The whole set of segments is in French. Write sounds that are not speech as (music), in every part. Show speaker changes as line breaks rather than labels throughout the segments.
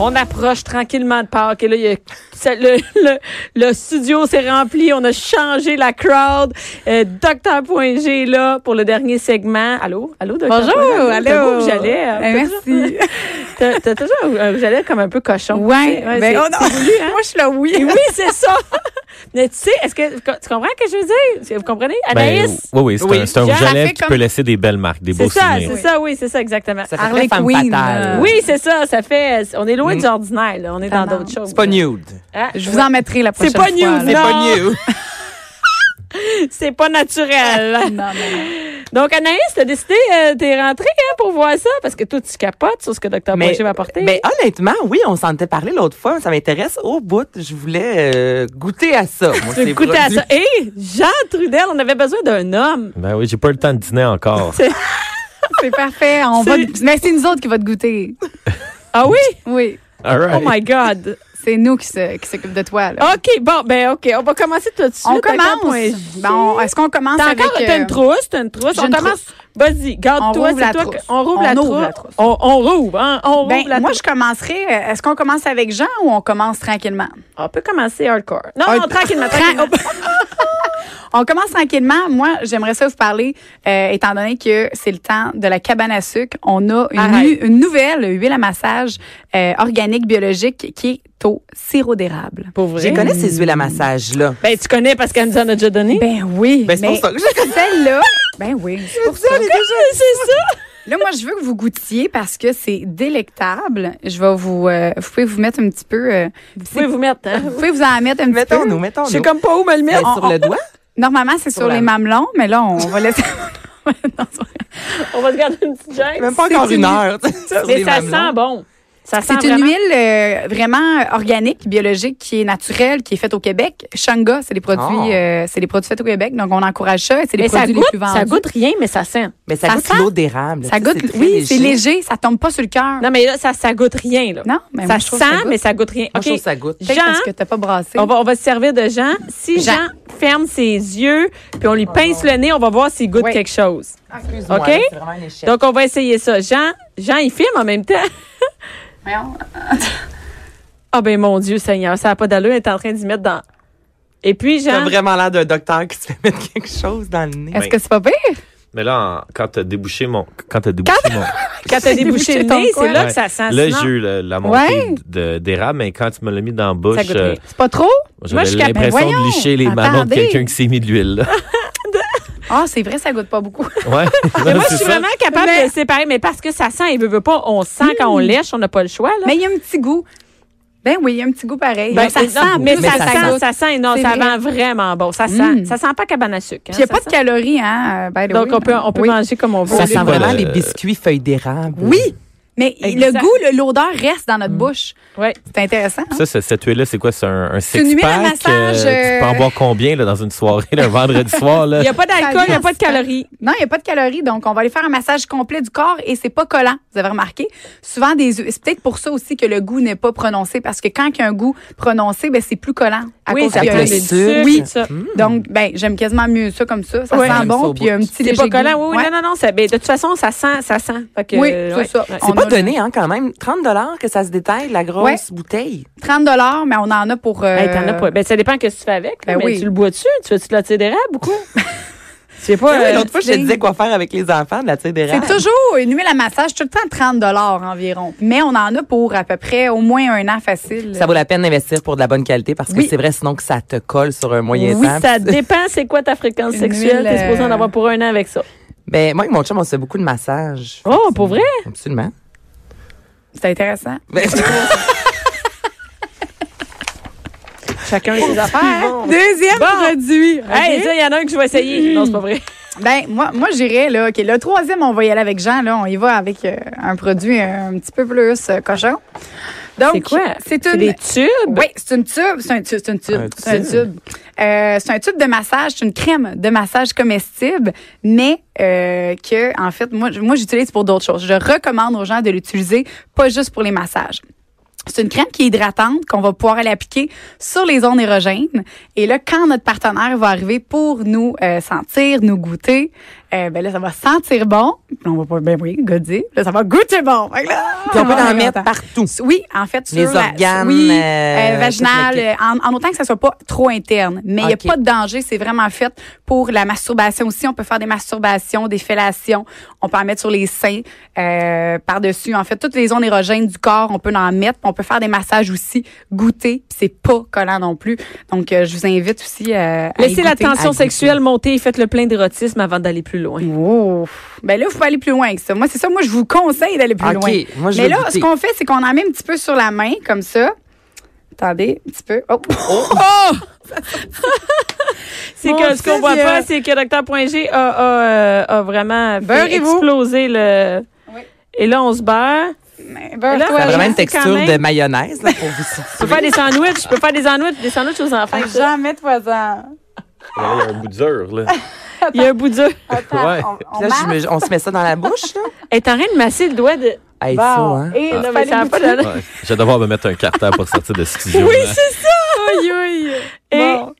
On approche tranquillement de Pâques. Et là, il y a- ça- le, le- le studio s'est rempli. On a changé la crowd. Euh, Docteur.g est là pour le dernier segment. Allô? Allô, Docteur?
Bonjour,
T'as le goût
allô.
que J'allais. euh,
Eh, merci.
T'as t'as toujours un goût que j'allais comme un peu cochon.
Ouais,
Ouais, c'est-
ben, oh non.
c'est voulu,
(laughs)
hein?
Moi, je suis là, oui.
Oui, c'est ça. (laughs) Mais tu sais, est-ce que tu comprends ce que je veux dire? Est-ce que Vous comprenez?
Ben,
Anaïs?
oui, oui, c'est
Oui.
un, c'est un
Genre,
rouge
ça
à lèvres
fait
qui
comme-
peut laisser des belles marques, des
c'est
beaux
ça,
souvenirs.
c'est ça, oui, c'est ça, exactement.
Ça fait
Harley
très femme
Quinn,
fatale.
euh,
Oui, c'est ça, ça fait. euh, On est loin
Mm.
du ordinaire, là. On est dans
Tellement.
d'autres choses.
C'est pas nude.
Ah,
Ah, Je vous en mettrai la
C'est
prochaine
pas
fois.
nude,
C'est
là.
pas
Non.
nude.
(laughs) C'est pas naturel.
Non, non.
Donc, Anaïs, t'as décidé, euh, t'es rentrée hein, pour voir ça, parce que toi, tu capotes sur ce que Dr.
Mais-
Boucher va porter.
Ben, honnêtement, oui, on s'en était parlé l'autre fois. Ça m'intéresse au bout. Je voulais euh, goûter à ça. Moi,
tu veux
ces
goûter à
produits.
ça. Hé, Jean Trudel, on avait besoin d'un homme.
Ben oui, j'ai pas eu le temps de
(laughs)
dîner encore.
C'est parfait. On va... Mais c'est nous autres qui va te goûter.
Ah oui?
Oui.
All
Oh
right.
my God.
C'est nous qui se- qui s'occupe de toi. Là.
OK, bon, ben OK, on va commencer tout de suite.
on
Dr.
commence.
Point G.
Bon, est-ce qu'on commence
T'as
avec...
encore t'as une
euh,
trousse, t'as une trousse.
j'ai
On
une
commence. Vas-y, garde-toi,
On rouvre
c'est
la
toi.
trousse.
que- On rouvre la
On ouvre la
trousse. On on rouvre, hein, on
ben,
rouvre la
moi,
trousse.
je commencerai... euh, Est-ce qu'on commence avec Jean ou on commence tranquillement?
On peut commencer hardcore. Non, non,
Hard- (laughs)
tranquillement.
Tran-
tranquillement.
On commence tranquillement. Moi, j'aimerais ça vous parler, euh, étant donné que c'est le temps de la cabane à sucre. On a une,
Arrête.
nu- une nouvelle huile à massage euh, organique biologique qui est au sirop d'érable.
Pour vrai.
Je connais ces huiles à massage, là.
Ben, tu connais parce qu'elle nous en a déjà donné.
Ben oui,
Ben, c'est
mais
pour ça que je
celle-là, ben oui. c'est pour ça.
c'est ça.
Là, moi, je veux que vous goûtiez parce que c'est délectable. Je vais vous, euh, vous pouvez vous mettre un petit peu, euh,
Vous pouvez vous mettre, hein?
vous pouvez vous en mettre un petit peu.
Mettons-nous,
Je
mettons-nous.
sais comme pas où me le
Ben,
mettre.
sur le doigt?
Normalement, c'est sur,
Sur la-
les mamelons, mais là, on va
(laughs)
laisser. Non, sur-
On va se garder une petite gêne.
Même pas
c'est
encore
une-
une heure. tu sais, sur
Mais
les
ça
mamelons.
sent bon. Ça sent
C'est une
vraiment...
huile euh, vraiment organique, biologique, qui est naturelle, qui est faite au Québec. Shanga, c'est des produits,
Oh.
euh, c'est des produits faits au Québec, donc on encourage ça. et C'est les
Ah. Mais ça
produits
goûte,
les plus vendus.
ça goûte rien, mais ça sent.
Mais ça,
Ça
goûte
sent-
l'eau d'érable.
Ça
tu sais,
goûte-
très
oui, c'est léger, ça tombe pas sur le cœur.
Non, mais là, ça, ça goûte rien, là.
Non, mais
ça
moi, je
sent,
trouve que ça goûte.
mais ça goûte rien.
Moi, je
OK.
trouve que ça goûte.
Peut-être
Jean,
parce que t'as pas brassé.
on va, on va se servir de Jean. Si Jean,
Jean.
ferme ses yeux, puis on lui pince le nez, on va voir s'il goûte
Oui.
quelque chose.
Excuse-moi,
OK?
là, c'est vraiment un échec.
Donc, on va essayer ça. Jean, Jean, il filme en même temps. (laughs)
Voyons.
Ah, ben, mon Dieu, Seigneur, ça n'a pas d'allure. Il est en train d'y mettre dans. Et puis,
T'as
Jean.
vraiment l'air d'un docteur qui se fait mettre quelque chose dans le nez.
Est-ce que c'est pas pire?
Mais là, en- quand t'as débouché mon. Quand t'as débouché
(laughs)
mon.
Quand
(laughs)
t'as débouché le
Débouché
nez,
ton
c'est là
coin.
que ça sent.
Là,
sinon,
j'ai eu le- la montée
Ouais.
de- d'érable, mais quand tu me l'as mis dans la bouche,
Ça goûte rien.
euh,
C'est pas trop? Ben
Moi, je
j'avais
suis capable-
l'impression
Voyons,
de licher les mamelons de
attendez.
quelqu'un qui s'est mis de
(laughs)
l'huile, là.
Ah, c'est vrai, ça goûte pas beaucoup. (laughs)
Ouais.
(laughs) Mais
Non,
moi, je
c'est
suis
ça.
vraiment capable
Mais- Hmm.
de le séparer, mais parce que ça sent, il veut, veut pas, on sent quand on lèche, on n'a pas le choix, là.
mais il y a un petit goût. Ben oui, il y a un petit goût pareil.
Ben,
Mais ça
non,
sent. en
mais
plus,
ça,
ça
sent,
goûte.
ça sent, non,
C'est
ça
vrai.
vend vraiment bon. Ça sent,
Mm.
ça sent pas cabane à sucre. hein,
Puis il n'y a
ça
pas de
sent.
calories, hein, by the
Donc,
way.
on peut, on peut
Oui.
manger comme on veut.
Ça
C'est
sent
quoi
vraiment
le-
les biscuits feuilles d'érable.
Oui, mais
Exact. Mm.
le goût, le- l'odeur reste dans notre bouche.
Ouais.
C'est intéressant. hein?
Ça, ce- cette huile-là, c'est quoi? C'est un, un
une huile à
six-pack?
massage,
Tu peux en
euh,
boire combien là, dans une soirée, là, un vendredi soir? Là?
(laughs) Il n'y a pas d'alcool, il n'y a
Ça
pas de
goûte.
calories.
Non, il n'y a pas de calories, donc on va aller faire un massage complet du corps et c'est pas collant. Vous avez remarqué? Souvent, des hu- c'est peut-être pour ça aussi que le goût n'est pas prononcé parce que quand il y a un goût prononcé, ben, c'est plus collant. à
oui,
cause
ça
qu'il y
peut
a
plein
être
un-
le
du
sucre,
sucre,
oui.
tout ça.
Donc, ben, j'aime quasiment mieux ça comme ça. Ça
Ouais.
sent
Ça
bon,
me
puis il y a un
saute.
petit
C'est
léger
pas collant.
goût.
Oui, oui,
Ouais.
non, non, non. ça- ben, de toute façon, ça sent, ça sent. Fait que,
Oui,
euh,
c'est
ouais,
ça.
ouais.
On
C'est pas
a-
donné, hein, quand même. 30 que ça se détaille, la grosse
Ouais.
bouteille.
30 dollars, mais on en a pour... euh,
Hey, t'en as pas. Ben, ça dépend que tu fais avec. là,
Ben
mais
oui.
tu le bois-tu? Tu veux-tu de la tire d'érable
(laughs)
ou quoi? Je sais pas.
Ouais,
euh,
Ben L'autre fois, je te
c'est-
disais quoi faire avec les enfants de la tire
C'est
d'érable.
toujours une huile à massage, tout le temps 30 dollars environ. Mais on en a pour à peu près au moins un an facile.
Ça vaut la peine d'investir pour de la bonne qualité parce que
Oui.
c'est vrai, sinon que ça te colle sur un moyen
oui,
temps.
ça dépend c'est quoi ta fréquence
Une
sexuelle.
huile,
T'es supposé en
euh,
avoir pour un an avec ça.
Ben, moi et mon chum, on se fait beaucoup de massages.
Oh, pour vrai?
Absolument.
C'est intéressant.
(laughs) Ben,
Chacun ses affaires.
Ah, Deuxième
Bon.
produit.
Hey,
OK?
ça, il y en a un que je vais essayer. Non, c'est pas vrai.
Ben, moi, moi j'irais, là. OK, le troisième, on va y aller avec Jean, là. On y va avec euh, un produit euh, un petit peu plus euh, cochon. Donc,
C'est quoi?
C'est
C'est
une.
des tubes.
Oui, c'est une tube. C'est un tube. C'est une tube.
Un
C'est un
tube.
tube. Euh, c'est un tube de massage. C'est une crème de massage comestible, mais euh, que, en fait, moi, j- moi j'utilise pour d'autres choses. Je recommande aux gens de l'utiliser, pas juste pour les massages. C'est une crème qui est hydratante qu'on va pouvoir aller appliquer sur les zones érogènes. Et là, quand notre partenaire va arriver pour nous euh, sentir, nous goûter, euh, ben là, ça va sentir bon. Puis on va pas, ben oui, godiller. Là, ça va goûter bon. Fait que là,
Puis on peut
on est
en mettre
content.
partout.
Oui, en fait, sur
Les
la-
organes,
oui,
euh,
euh, vaginal,
tout le
euh, en, en autant que ça soit pas trop interne. Mais il n'y a
Ok.
pas de danger, c'est vraiment fait pour la masturbation aussi. On peut faire des masturbations, des fellations, on peut en mettre sur les seins, euh, par-dessus. En fait, toutes les zones érogènes du corps, on peut en mettre. On peut faire des massages aussi, goûter, puis c'est pas collant non plus. Donc, euh, je vous invite aussi euh, à
Laissez
y
la
goûter.
tension
à goûter.
sexuelle monter et faites le plein d'érotisme avant d'aller plus loin.
Wow. Ben là, il faut aller plus loin que ça. Moi, c'est ça. Moi, je vous conseille d'aller plus
OK,
loin.
moi, je
Mais
vais
là,
goûter.
ce qu'on fait, c'est qu'on en met un petit peu sur la main, comme ça. Attendez, un petit peu. Oh!
C'est
Mon
que ce qu'on voit
Dieu.
pas, c'est que Dr. G a, a, euh, a vraiment fait
Beurrez-vous.
exploser le.
Oui.
Et là, on se beurre.
Mais
là,
beurre-toi,
Ça a
Ouais,
vraiment
ouais,
une
c'est quand
texture
même-
de mayonnaise là, pour vous
Je peux
situer.
faire des sandwichs. Je peux faire des sandwichs, des sandwichs aux enfants.
Fait que Jamais toi-en.
Là, il y a un bout dur, là.
Il y a un bout dur.
Attends,
Ouais.
on, on
Là, je
marche.
me- on se met ça dans la bouche. Là.
Elle est en train de masser le doigt de.
Hey,
Bon.
ça, hein?
Et
Non,
Ah. tu
mais
fais
ça a
les
pas d'allure.
Ouais. Je vais devoir me mettre un carter pour sortir de ce studio. là.
Aïe, aïe. Et
Bon.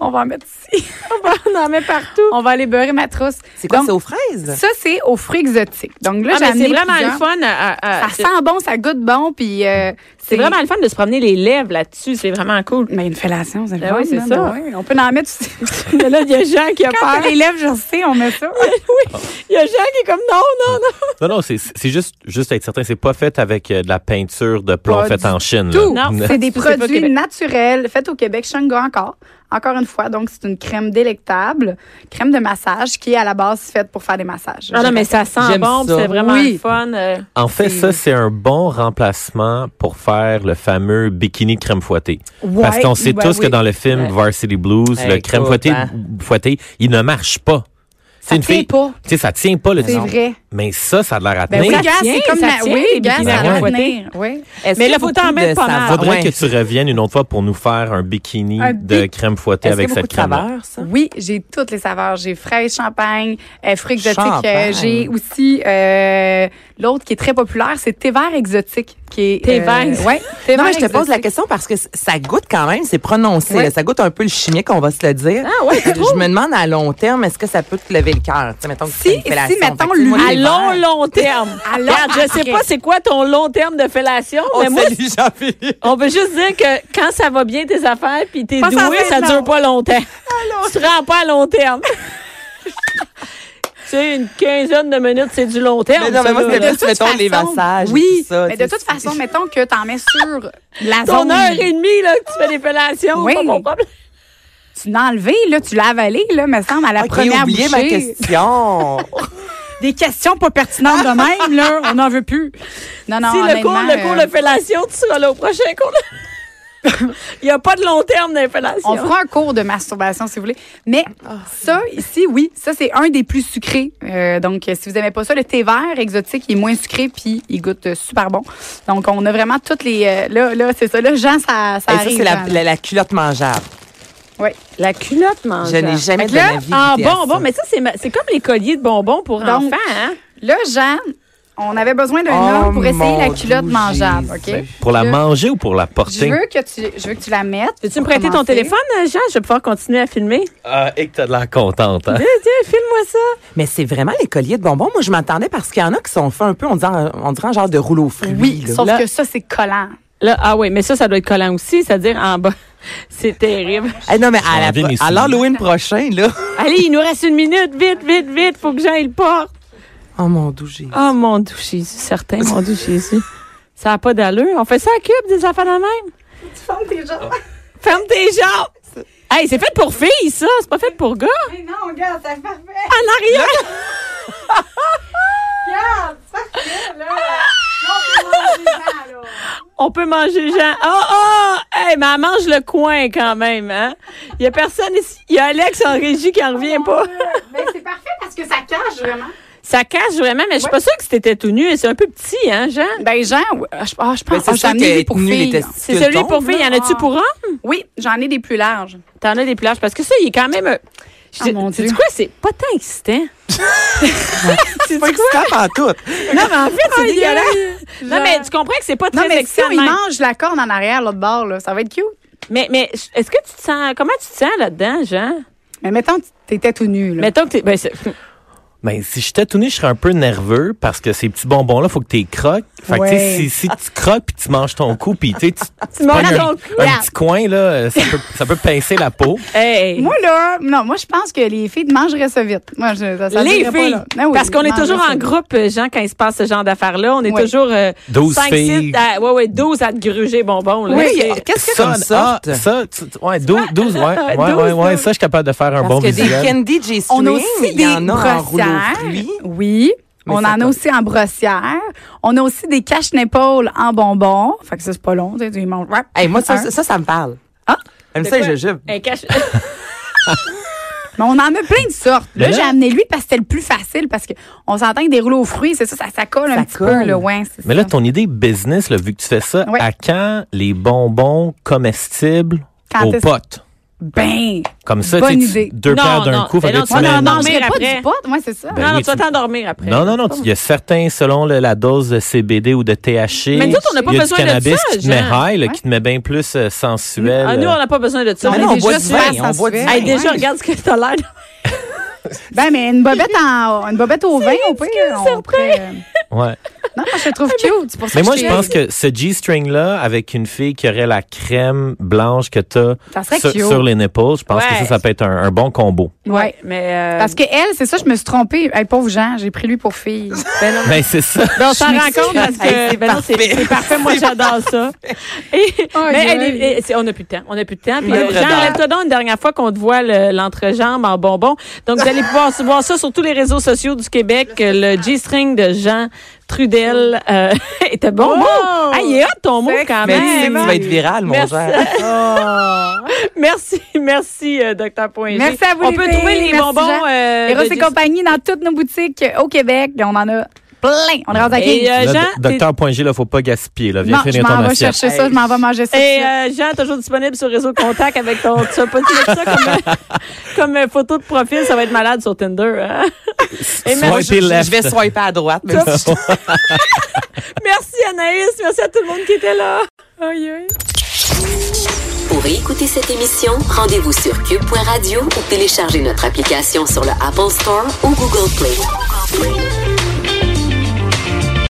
On va en mettre ici. (laughs)
on en met partout.
On va aller beurrer ma trousse.
C'est quoi,
Donc,
c'est aux fraises?
Ça, c'est aux fruits exotiques. Donc là,
Ah,
j'ai
mais c'est
amené
vraiment le
plusieurs.
fun. à- à- à-
Ça sent bon, ça goûte bon, puis euh,
c'est vraiment le fun de se promener les lèvres là-dessus. C'est vraiment (laughs) cool.
Mais une fellation, c'est le
Ben
fun,
oui, c'est
là,
ça.
ben oui. On peut en mettre aussi.
Mais là, (laughs) il y a Jean qui a
Quand
peur.
les lèvres, je sais, on met
(laughs)
ça.
Il y a Jean qui est comme non, non, non.
Non, non, c'est- c'est juste, juste être certain. C'est pas fait avec euh, de la peinture de plomb
Pas
faite
du
en Chine.
tout.
là.
Non,
C'est des
C'est pas au
produits
Québec.
naturels faits au Québec, Shango encore. Encore une fois, donc c'est une crème délectable, crème de massage qui est à la base faite pour faire des massages.
Ah non, mais ça sent
J'aime
bon. puis
ça.
C'est vraiment
Oui.
le fun. euh.
En fait, ça, c'est un bon remplacement pour faire le fameux bikini crème fouettée. Parce qu'on sait
ben
tous que dans le film
Ouais.
Varsity Blues,
Ben,
le crème
écoute,
fouettée,
hein.
fouettée, il ne marche pas. C'est
ça
une
tient
fille. Tu
pas,
sais, ça tient pas le
c'est
disque.
vrai.
Mais ça, ça a de l'air à
Ben
tenir.
oui,
ça
gars,
tient,
c'est comme
ça
la-
tient,
oui,
les
gars,
bikinis
ça
à
va
fouetter.
tenir, oui.
Est-ce
Mais
qu'il y a
là, faut
beaucoup
t'en
de
mettre pas mal.
saveur?
Faudrait
Ouais.
que tu reviennes une autre fois pour nous faire un bikini
Un
de
bi-
crème fouettée
Est-ce qu'il y
avec
a beaucoup
cette
de
(laughs) crème-là.
saveurs, ça?
Oui, j'ai toutes les saveurs. J'ai fraise, champagne, euh, fruits exotiques.
Champagne.
euh, j'ai aussi euh, l'autre qui est très populaire, c'est thé vert exotique. Qui est, euh,
Thé vert exotique.
ouais, thé
Non,
vert
mais je te pose la
exotique.
question parce que c- ça goûte quand même, c'est prononcé.
Ouais.
là. Ça goûte un peu le chimique, on va se le dire.
Ah ouais,
Euh, Je me demande à long terme, est-ce que ça peut te lever le cœur? Tu sais, mettons que tu
Si-
fais une
si,
fellation.
mettons,
Fait que, tu sais, moi,
À
les
long,
verres-
ben. long terme.
À long-
Regarde, je sais
après.
pas c'est quoi ton long terme de fellation,
On
mais moi,
salue Jean-Philippe.
on veut juste dire que quand ça va bien tes affaires puis t'es
Pas sans
doué,
être
ça
long.
dure pas longtemps. Tu te rends pas à long (laughs) terme. Tu sais, une quinzaine de minutes, c'est du long terme.
Mais non, mais
ça,
moi,
là,
c'était
là.
plus, mettons, les massages. et
Oui,
tout ça,
mais
tu
de
sais,
toute
c'est-
façon, mettons que t'en mets sur la
ton
zone.
heure et demie là, que tu fais des fellations,
Oui.
pas mon problème.
Tu l'as enlevé, là, tu l'as avalé, là, me semble, à la
Ok,
première bouchée.
oubliez ma question.
(laughs) Des questions pas pertinentes de même, là, on n'en veut plus. Non, non,
si le cours,
honnêtement,
le cours
euh,
de fellation, tu seras là au prochain cours. de- (laughs) Il n'y a pas de long terme d'infellation.
On fera un cours de masturbation, si vous voulez. Mais ça, ici, oui, ça, c'est un des plus sucrés. Euh, donc, euh, si vous aimez pas ça, le thé vert exotique, il est moins sucré, puis il goûte euh, super bon. Donc, on a vraiment toutes les... euh, là, là, c'est ça. Là, Jean, ça, ça
Et ça,
arrive. hein.
c'est la,
Jean, là.
la- la culotte mangeable.
Ouais.
La culotte mange.
Je n'ai jamais
Fait que
de
là,
ma vie
Ah,
goûté à
bonbon,
ça.
mais ça, c'est ma- c'est comme les colliers de bonbons pour
Donc,
enfants, hein?
Là, Jean, on avait besoin d'un
Oh,
homme pour essayer la
mon
culotte
doux
mangeable, OK?
Jésus.
Pour la
Là,
manger ou pour la
Je
porter?
veux que tu, je veux que tu la mettes.
Veux-tu me prêter ton
Commencer.
téléphone, euh, Jean? Je vais pouvoir continuer à filmer.
Ah, et que t'as de l'air contente. hein?
Tiens, tiens, filme-moi ça.
Mais c'est vraiment les colliers de bonbons. Moi, je m'attendais parce qu'il y en a qui sont faits un peu, on dirait, un- on dirait un genre de rouleau fruit.
Oui,
là.
sauf
Là-
que ça, c'est collant.
Là, ah oui, mais ça, ça doit être collant aussi, c'est-à-dire en bas. (laughs) C'est terrible.
Eh non, mais à, la-
enlever mes
à
souliers.
l'Halloween prochain, là.
Allez, il nous reste une minute. Vite, vite, vite. Faut que j'aille le porte.
Oh mon doux Jésus.
Oh mon doux Jésus, certain, mon doux Jésus. Ça n'a pas d'allure. On fait ça à cube, des affaires de même.
Tu fermes tes jambes.
(laughs) Ferme tes jambes. Hey, c'est fait pour filles, ça. C'est pas fait pour gars.
Mais non, regarde, c'est parfait.
En arrière.
(laughs) Regarde, c'est parfait, là. Non, c'est manger, Jean, là.
On peut manger Jean. Oh, oh! Hey, mais elle mange le coin quand même, hein? Il y a personne ici. Il y a Alex en régie qui en revient pas.
Ben, c'est parfait parce que ça cache vraiment.
Ça cache vraiment, mais je suis pas sûre que c'était tout nu. C'est un peu petit, hein, Jean?
Ben, Jean, ouais, ah, je, ah, je
Ben,
pense
c'est
que
sûr
j'en ai
que
des pour
nul
filles.
était-
C'est
Que
celui
donc,
pour filles. Y en a-tu
Ah.
pour hommes?
Oui, j'en ai des plus larges.
T'en as des plages. Parce que ça, il est quand même.
Ah, mon
tu
Dieu.
quoi? C'est pas tant excitant.
C'est pas excitant en tout.
Non, mais (laughs) en fait, c'est
Aïe,
Ah, dégueulasse.
aïe.
Non, mais tu comprends que c'est pas
Non,
très
mais si
excitant.
on y
de même.
mange la corne en arrière, l'autre bord, là, ça va être cute.
Mais, mais est-ce que tu te sens. Comment tu te sens là-dedans, Jean?
Mais mettons, que t'étais tout nu, là.
Mettons que t'es. Ben, c'est-
Ben, si j'étais tout nu, je serais un peu nerveux parce que ces petits bonbons-là, faut que tu les croques. Fait que, tu sais,
Ouais.
si, si tu croques puis tu manges ton cou puis tu sais, tu- tu
manges
pognes un,
ton cou.
un
Yeah.
petit coin, là, euh, ça peut, ça peut pincer la peau.
Hey.
Moi, là, non, moi, je pense que les filles mangeraient ça vite. Moi, je, ça, ça
les
dirait pas,
filles,
là. Ah oui,
parce qu'on est
mangeraient
toujours
ça
en
vite.
groupe, euh, Jean, quand il se passe ce genre d'affaires-là. On est
Ouais.
toujours euh,
12
cinq, six
filles.
à, ouais, ouais, 12 à te gruger bonbon. Là.
Oui, euh,
C'est-
qu'est-ce que comme
ah,
ça?
ça, tu- tu- ouais, 12, 12, ouais, ouais,
Douze,
ouais, ouais,
douze.
ça, je suis capable de faire un
Parce
bon
que des
visuel.
candy J
On a
Swing,
aussi
il y
des
en a en rouleau
brossières.
fruits.
Oui.
Mais
on
ça
en a
colle.
aussi en brossière. On a aussi des caches d'épaule en bonbons. Fait que ça, c'est pas long. Tu sais, tu les manges. rap,
Hey, moi, ça,
un. Eh,
ça, ça, ça me parle.
Ah?
Comme
C'est
ça,
quoi?
je jube.
Un cache- (laughs)
Ben,
Mais on en a plein de sortes. Là,
Mais là-
j'ai amené lui parce que c'était le plus facile. Parce qu'on s'entend que des rouleaux aux fruits, c'est ça, ça, ça colle un
Ça
petit
colle.
peu. Là, ouais, c'est
Mais là,
ça.
ton idée business, là, vu que tu fais ça,
Ouais.
à quand les bonbons comestibles
Quand
aux
est-ce-
potes?
Ben!
Comme ça,
Bonne
tu sais,
idée.
tu- deux
Non,
paires d'un
non,
coup,
mais
fait que
non,
là, tu
tu
Moi,
mets
vas
n'en
un-
dans-
mangerais pas
après.
du pot. Moi, c'est ça.
Ben
non,
oui,
tu vas
tu-
t'endormir après.
Non, non, non. tu- Il y a certains, selon le- la dose de CBD ou de THC.
Mais nous autres, on n'a pas
il y a
besoin de
du cannabis
ça,
qui te met
Jean.
high, là,
Ouais.
qui te met bien plus euh, sensuel.
Ah, nous, on n'a pas besoin de ça.
Ah
on
non,
est
on boit
déjà
du vin,
super
on boit du
sensuel.
vin.
Hey, déjà,
Ouais.
regarde ce que t'as l'air. (laughs)
Ben, mais une bobette, en, une bobette au vin, au pire. on pourrait, euh,
Ouais.
Non, moi, je le trouve cute. C'est pour ça
Ah, Mais
que
moi,
je
je
t'ai
pense
dit.
que ce G-string-là, avec une fille qui aurait la crème blanche que t'as
Ça serait
sur,
cute.
sur les nipples, je pense que
Ouais.
ça, ça peut être un, un bon combo.
Ouais.
mais. euh,
Parce que elle, c'est ça, je me suis trompée. Hey, pauvre Jean, j'ai pris lui
(laughs)
pour fille.
ben non,
Ben, c'est ça.
on s'en
je
rend
suis-
compte parce
Hey,
que
c'est
ben non, c'est c'est parfait.
(laughs)
Moi, j'adore ça. Et-
Oh,
mais
yeah.
elle est- et- c'est- on n'a plus de temps. On n'a plus de temps. Puis,
Ouais,
euh, Jean,
vraiment.
lève-toi donc une dernière fois qu'on te voit le- l'entrejambe en bonbon. Donc, (laughs) vous allez pouvoir se voir ça sur tous les réseaux sociaux du Québec. euh, Le G-string de Jean Trudel euh, (laughs) était bon.
Oh!
mot. Ah, il est hot ton mot quand
Mais tu sais
même. (laughs)
que tu vas être viral, mon
Merci.
(laughs)
cher.
Oh.
Merci, merci, euh, Dr. Point.
Merci à vous,
On
les
peut
filles.
trouver les
Merci,
bonbons.
Jean.
euh,
Eros
de
et
G-
compagnie dans toutes nos boutiques euh, au Québec. On en a plein. On est rendu à
Et,
15.
euh,
Là,
Jean, t'es-
docteur Point G, là, faut pas gaspiller, là. Viens
Non, je
finir ton
m'en vais
assiette.
chercher ça, je m'en vais manger ça.
Et
tout de
euh, Jean, toujours disponible sur Réseau Contact avec ton. Tu vas pas te mettre ça comme, comme euh, photo de profil, ça va être malade sur Tinder. hein? Et
Swiper
Moi, je, je-
left.
je vais swiper à droite. mais
Top.
si je-
Merci Anaïs, merci à tout le monde qui était là. Aïe, aïe.
Pour écouter cette émission, rendez-vous sur cube.radio ou téléchargez notre application sur le Apple Store ou Google Play.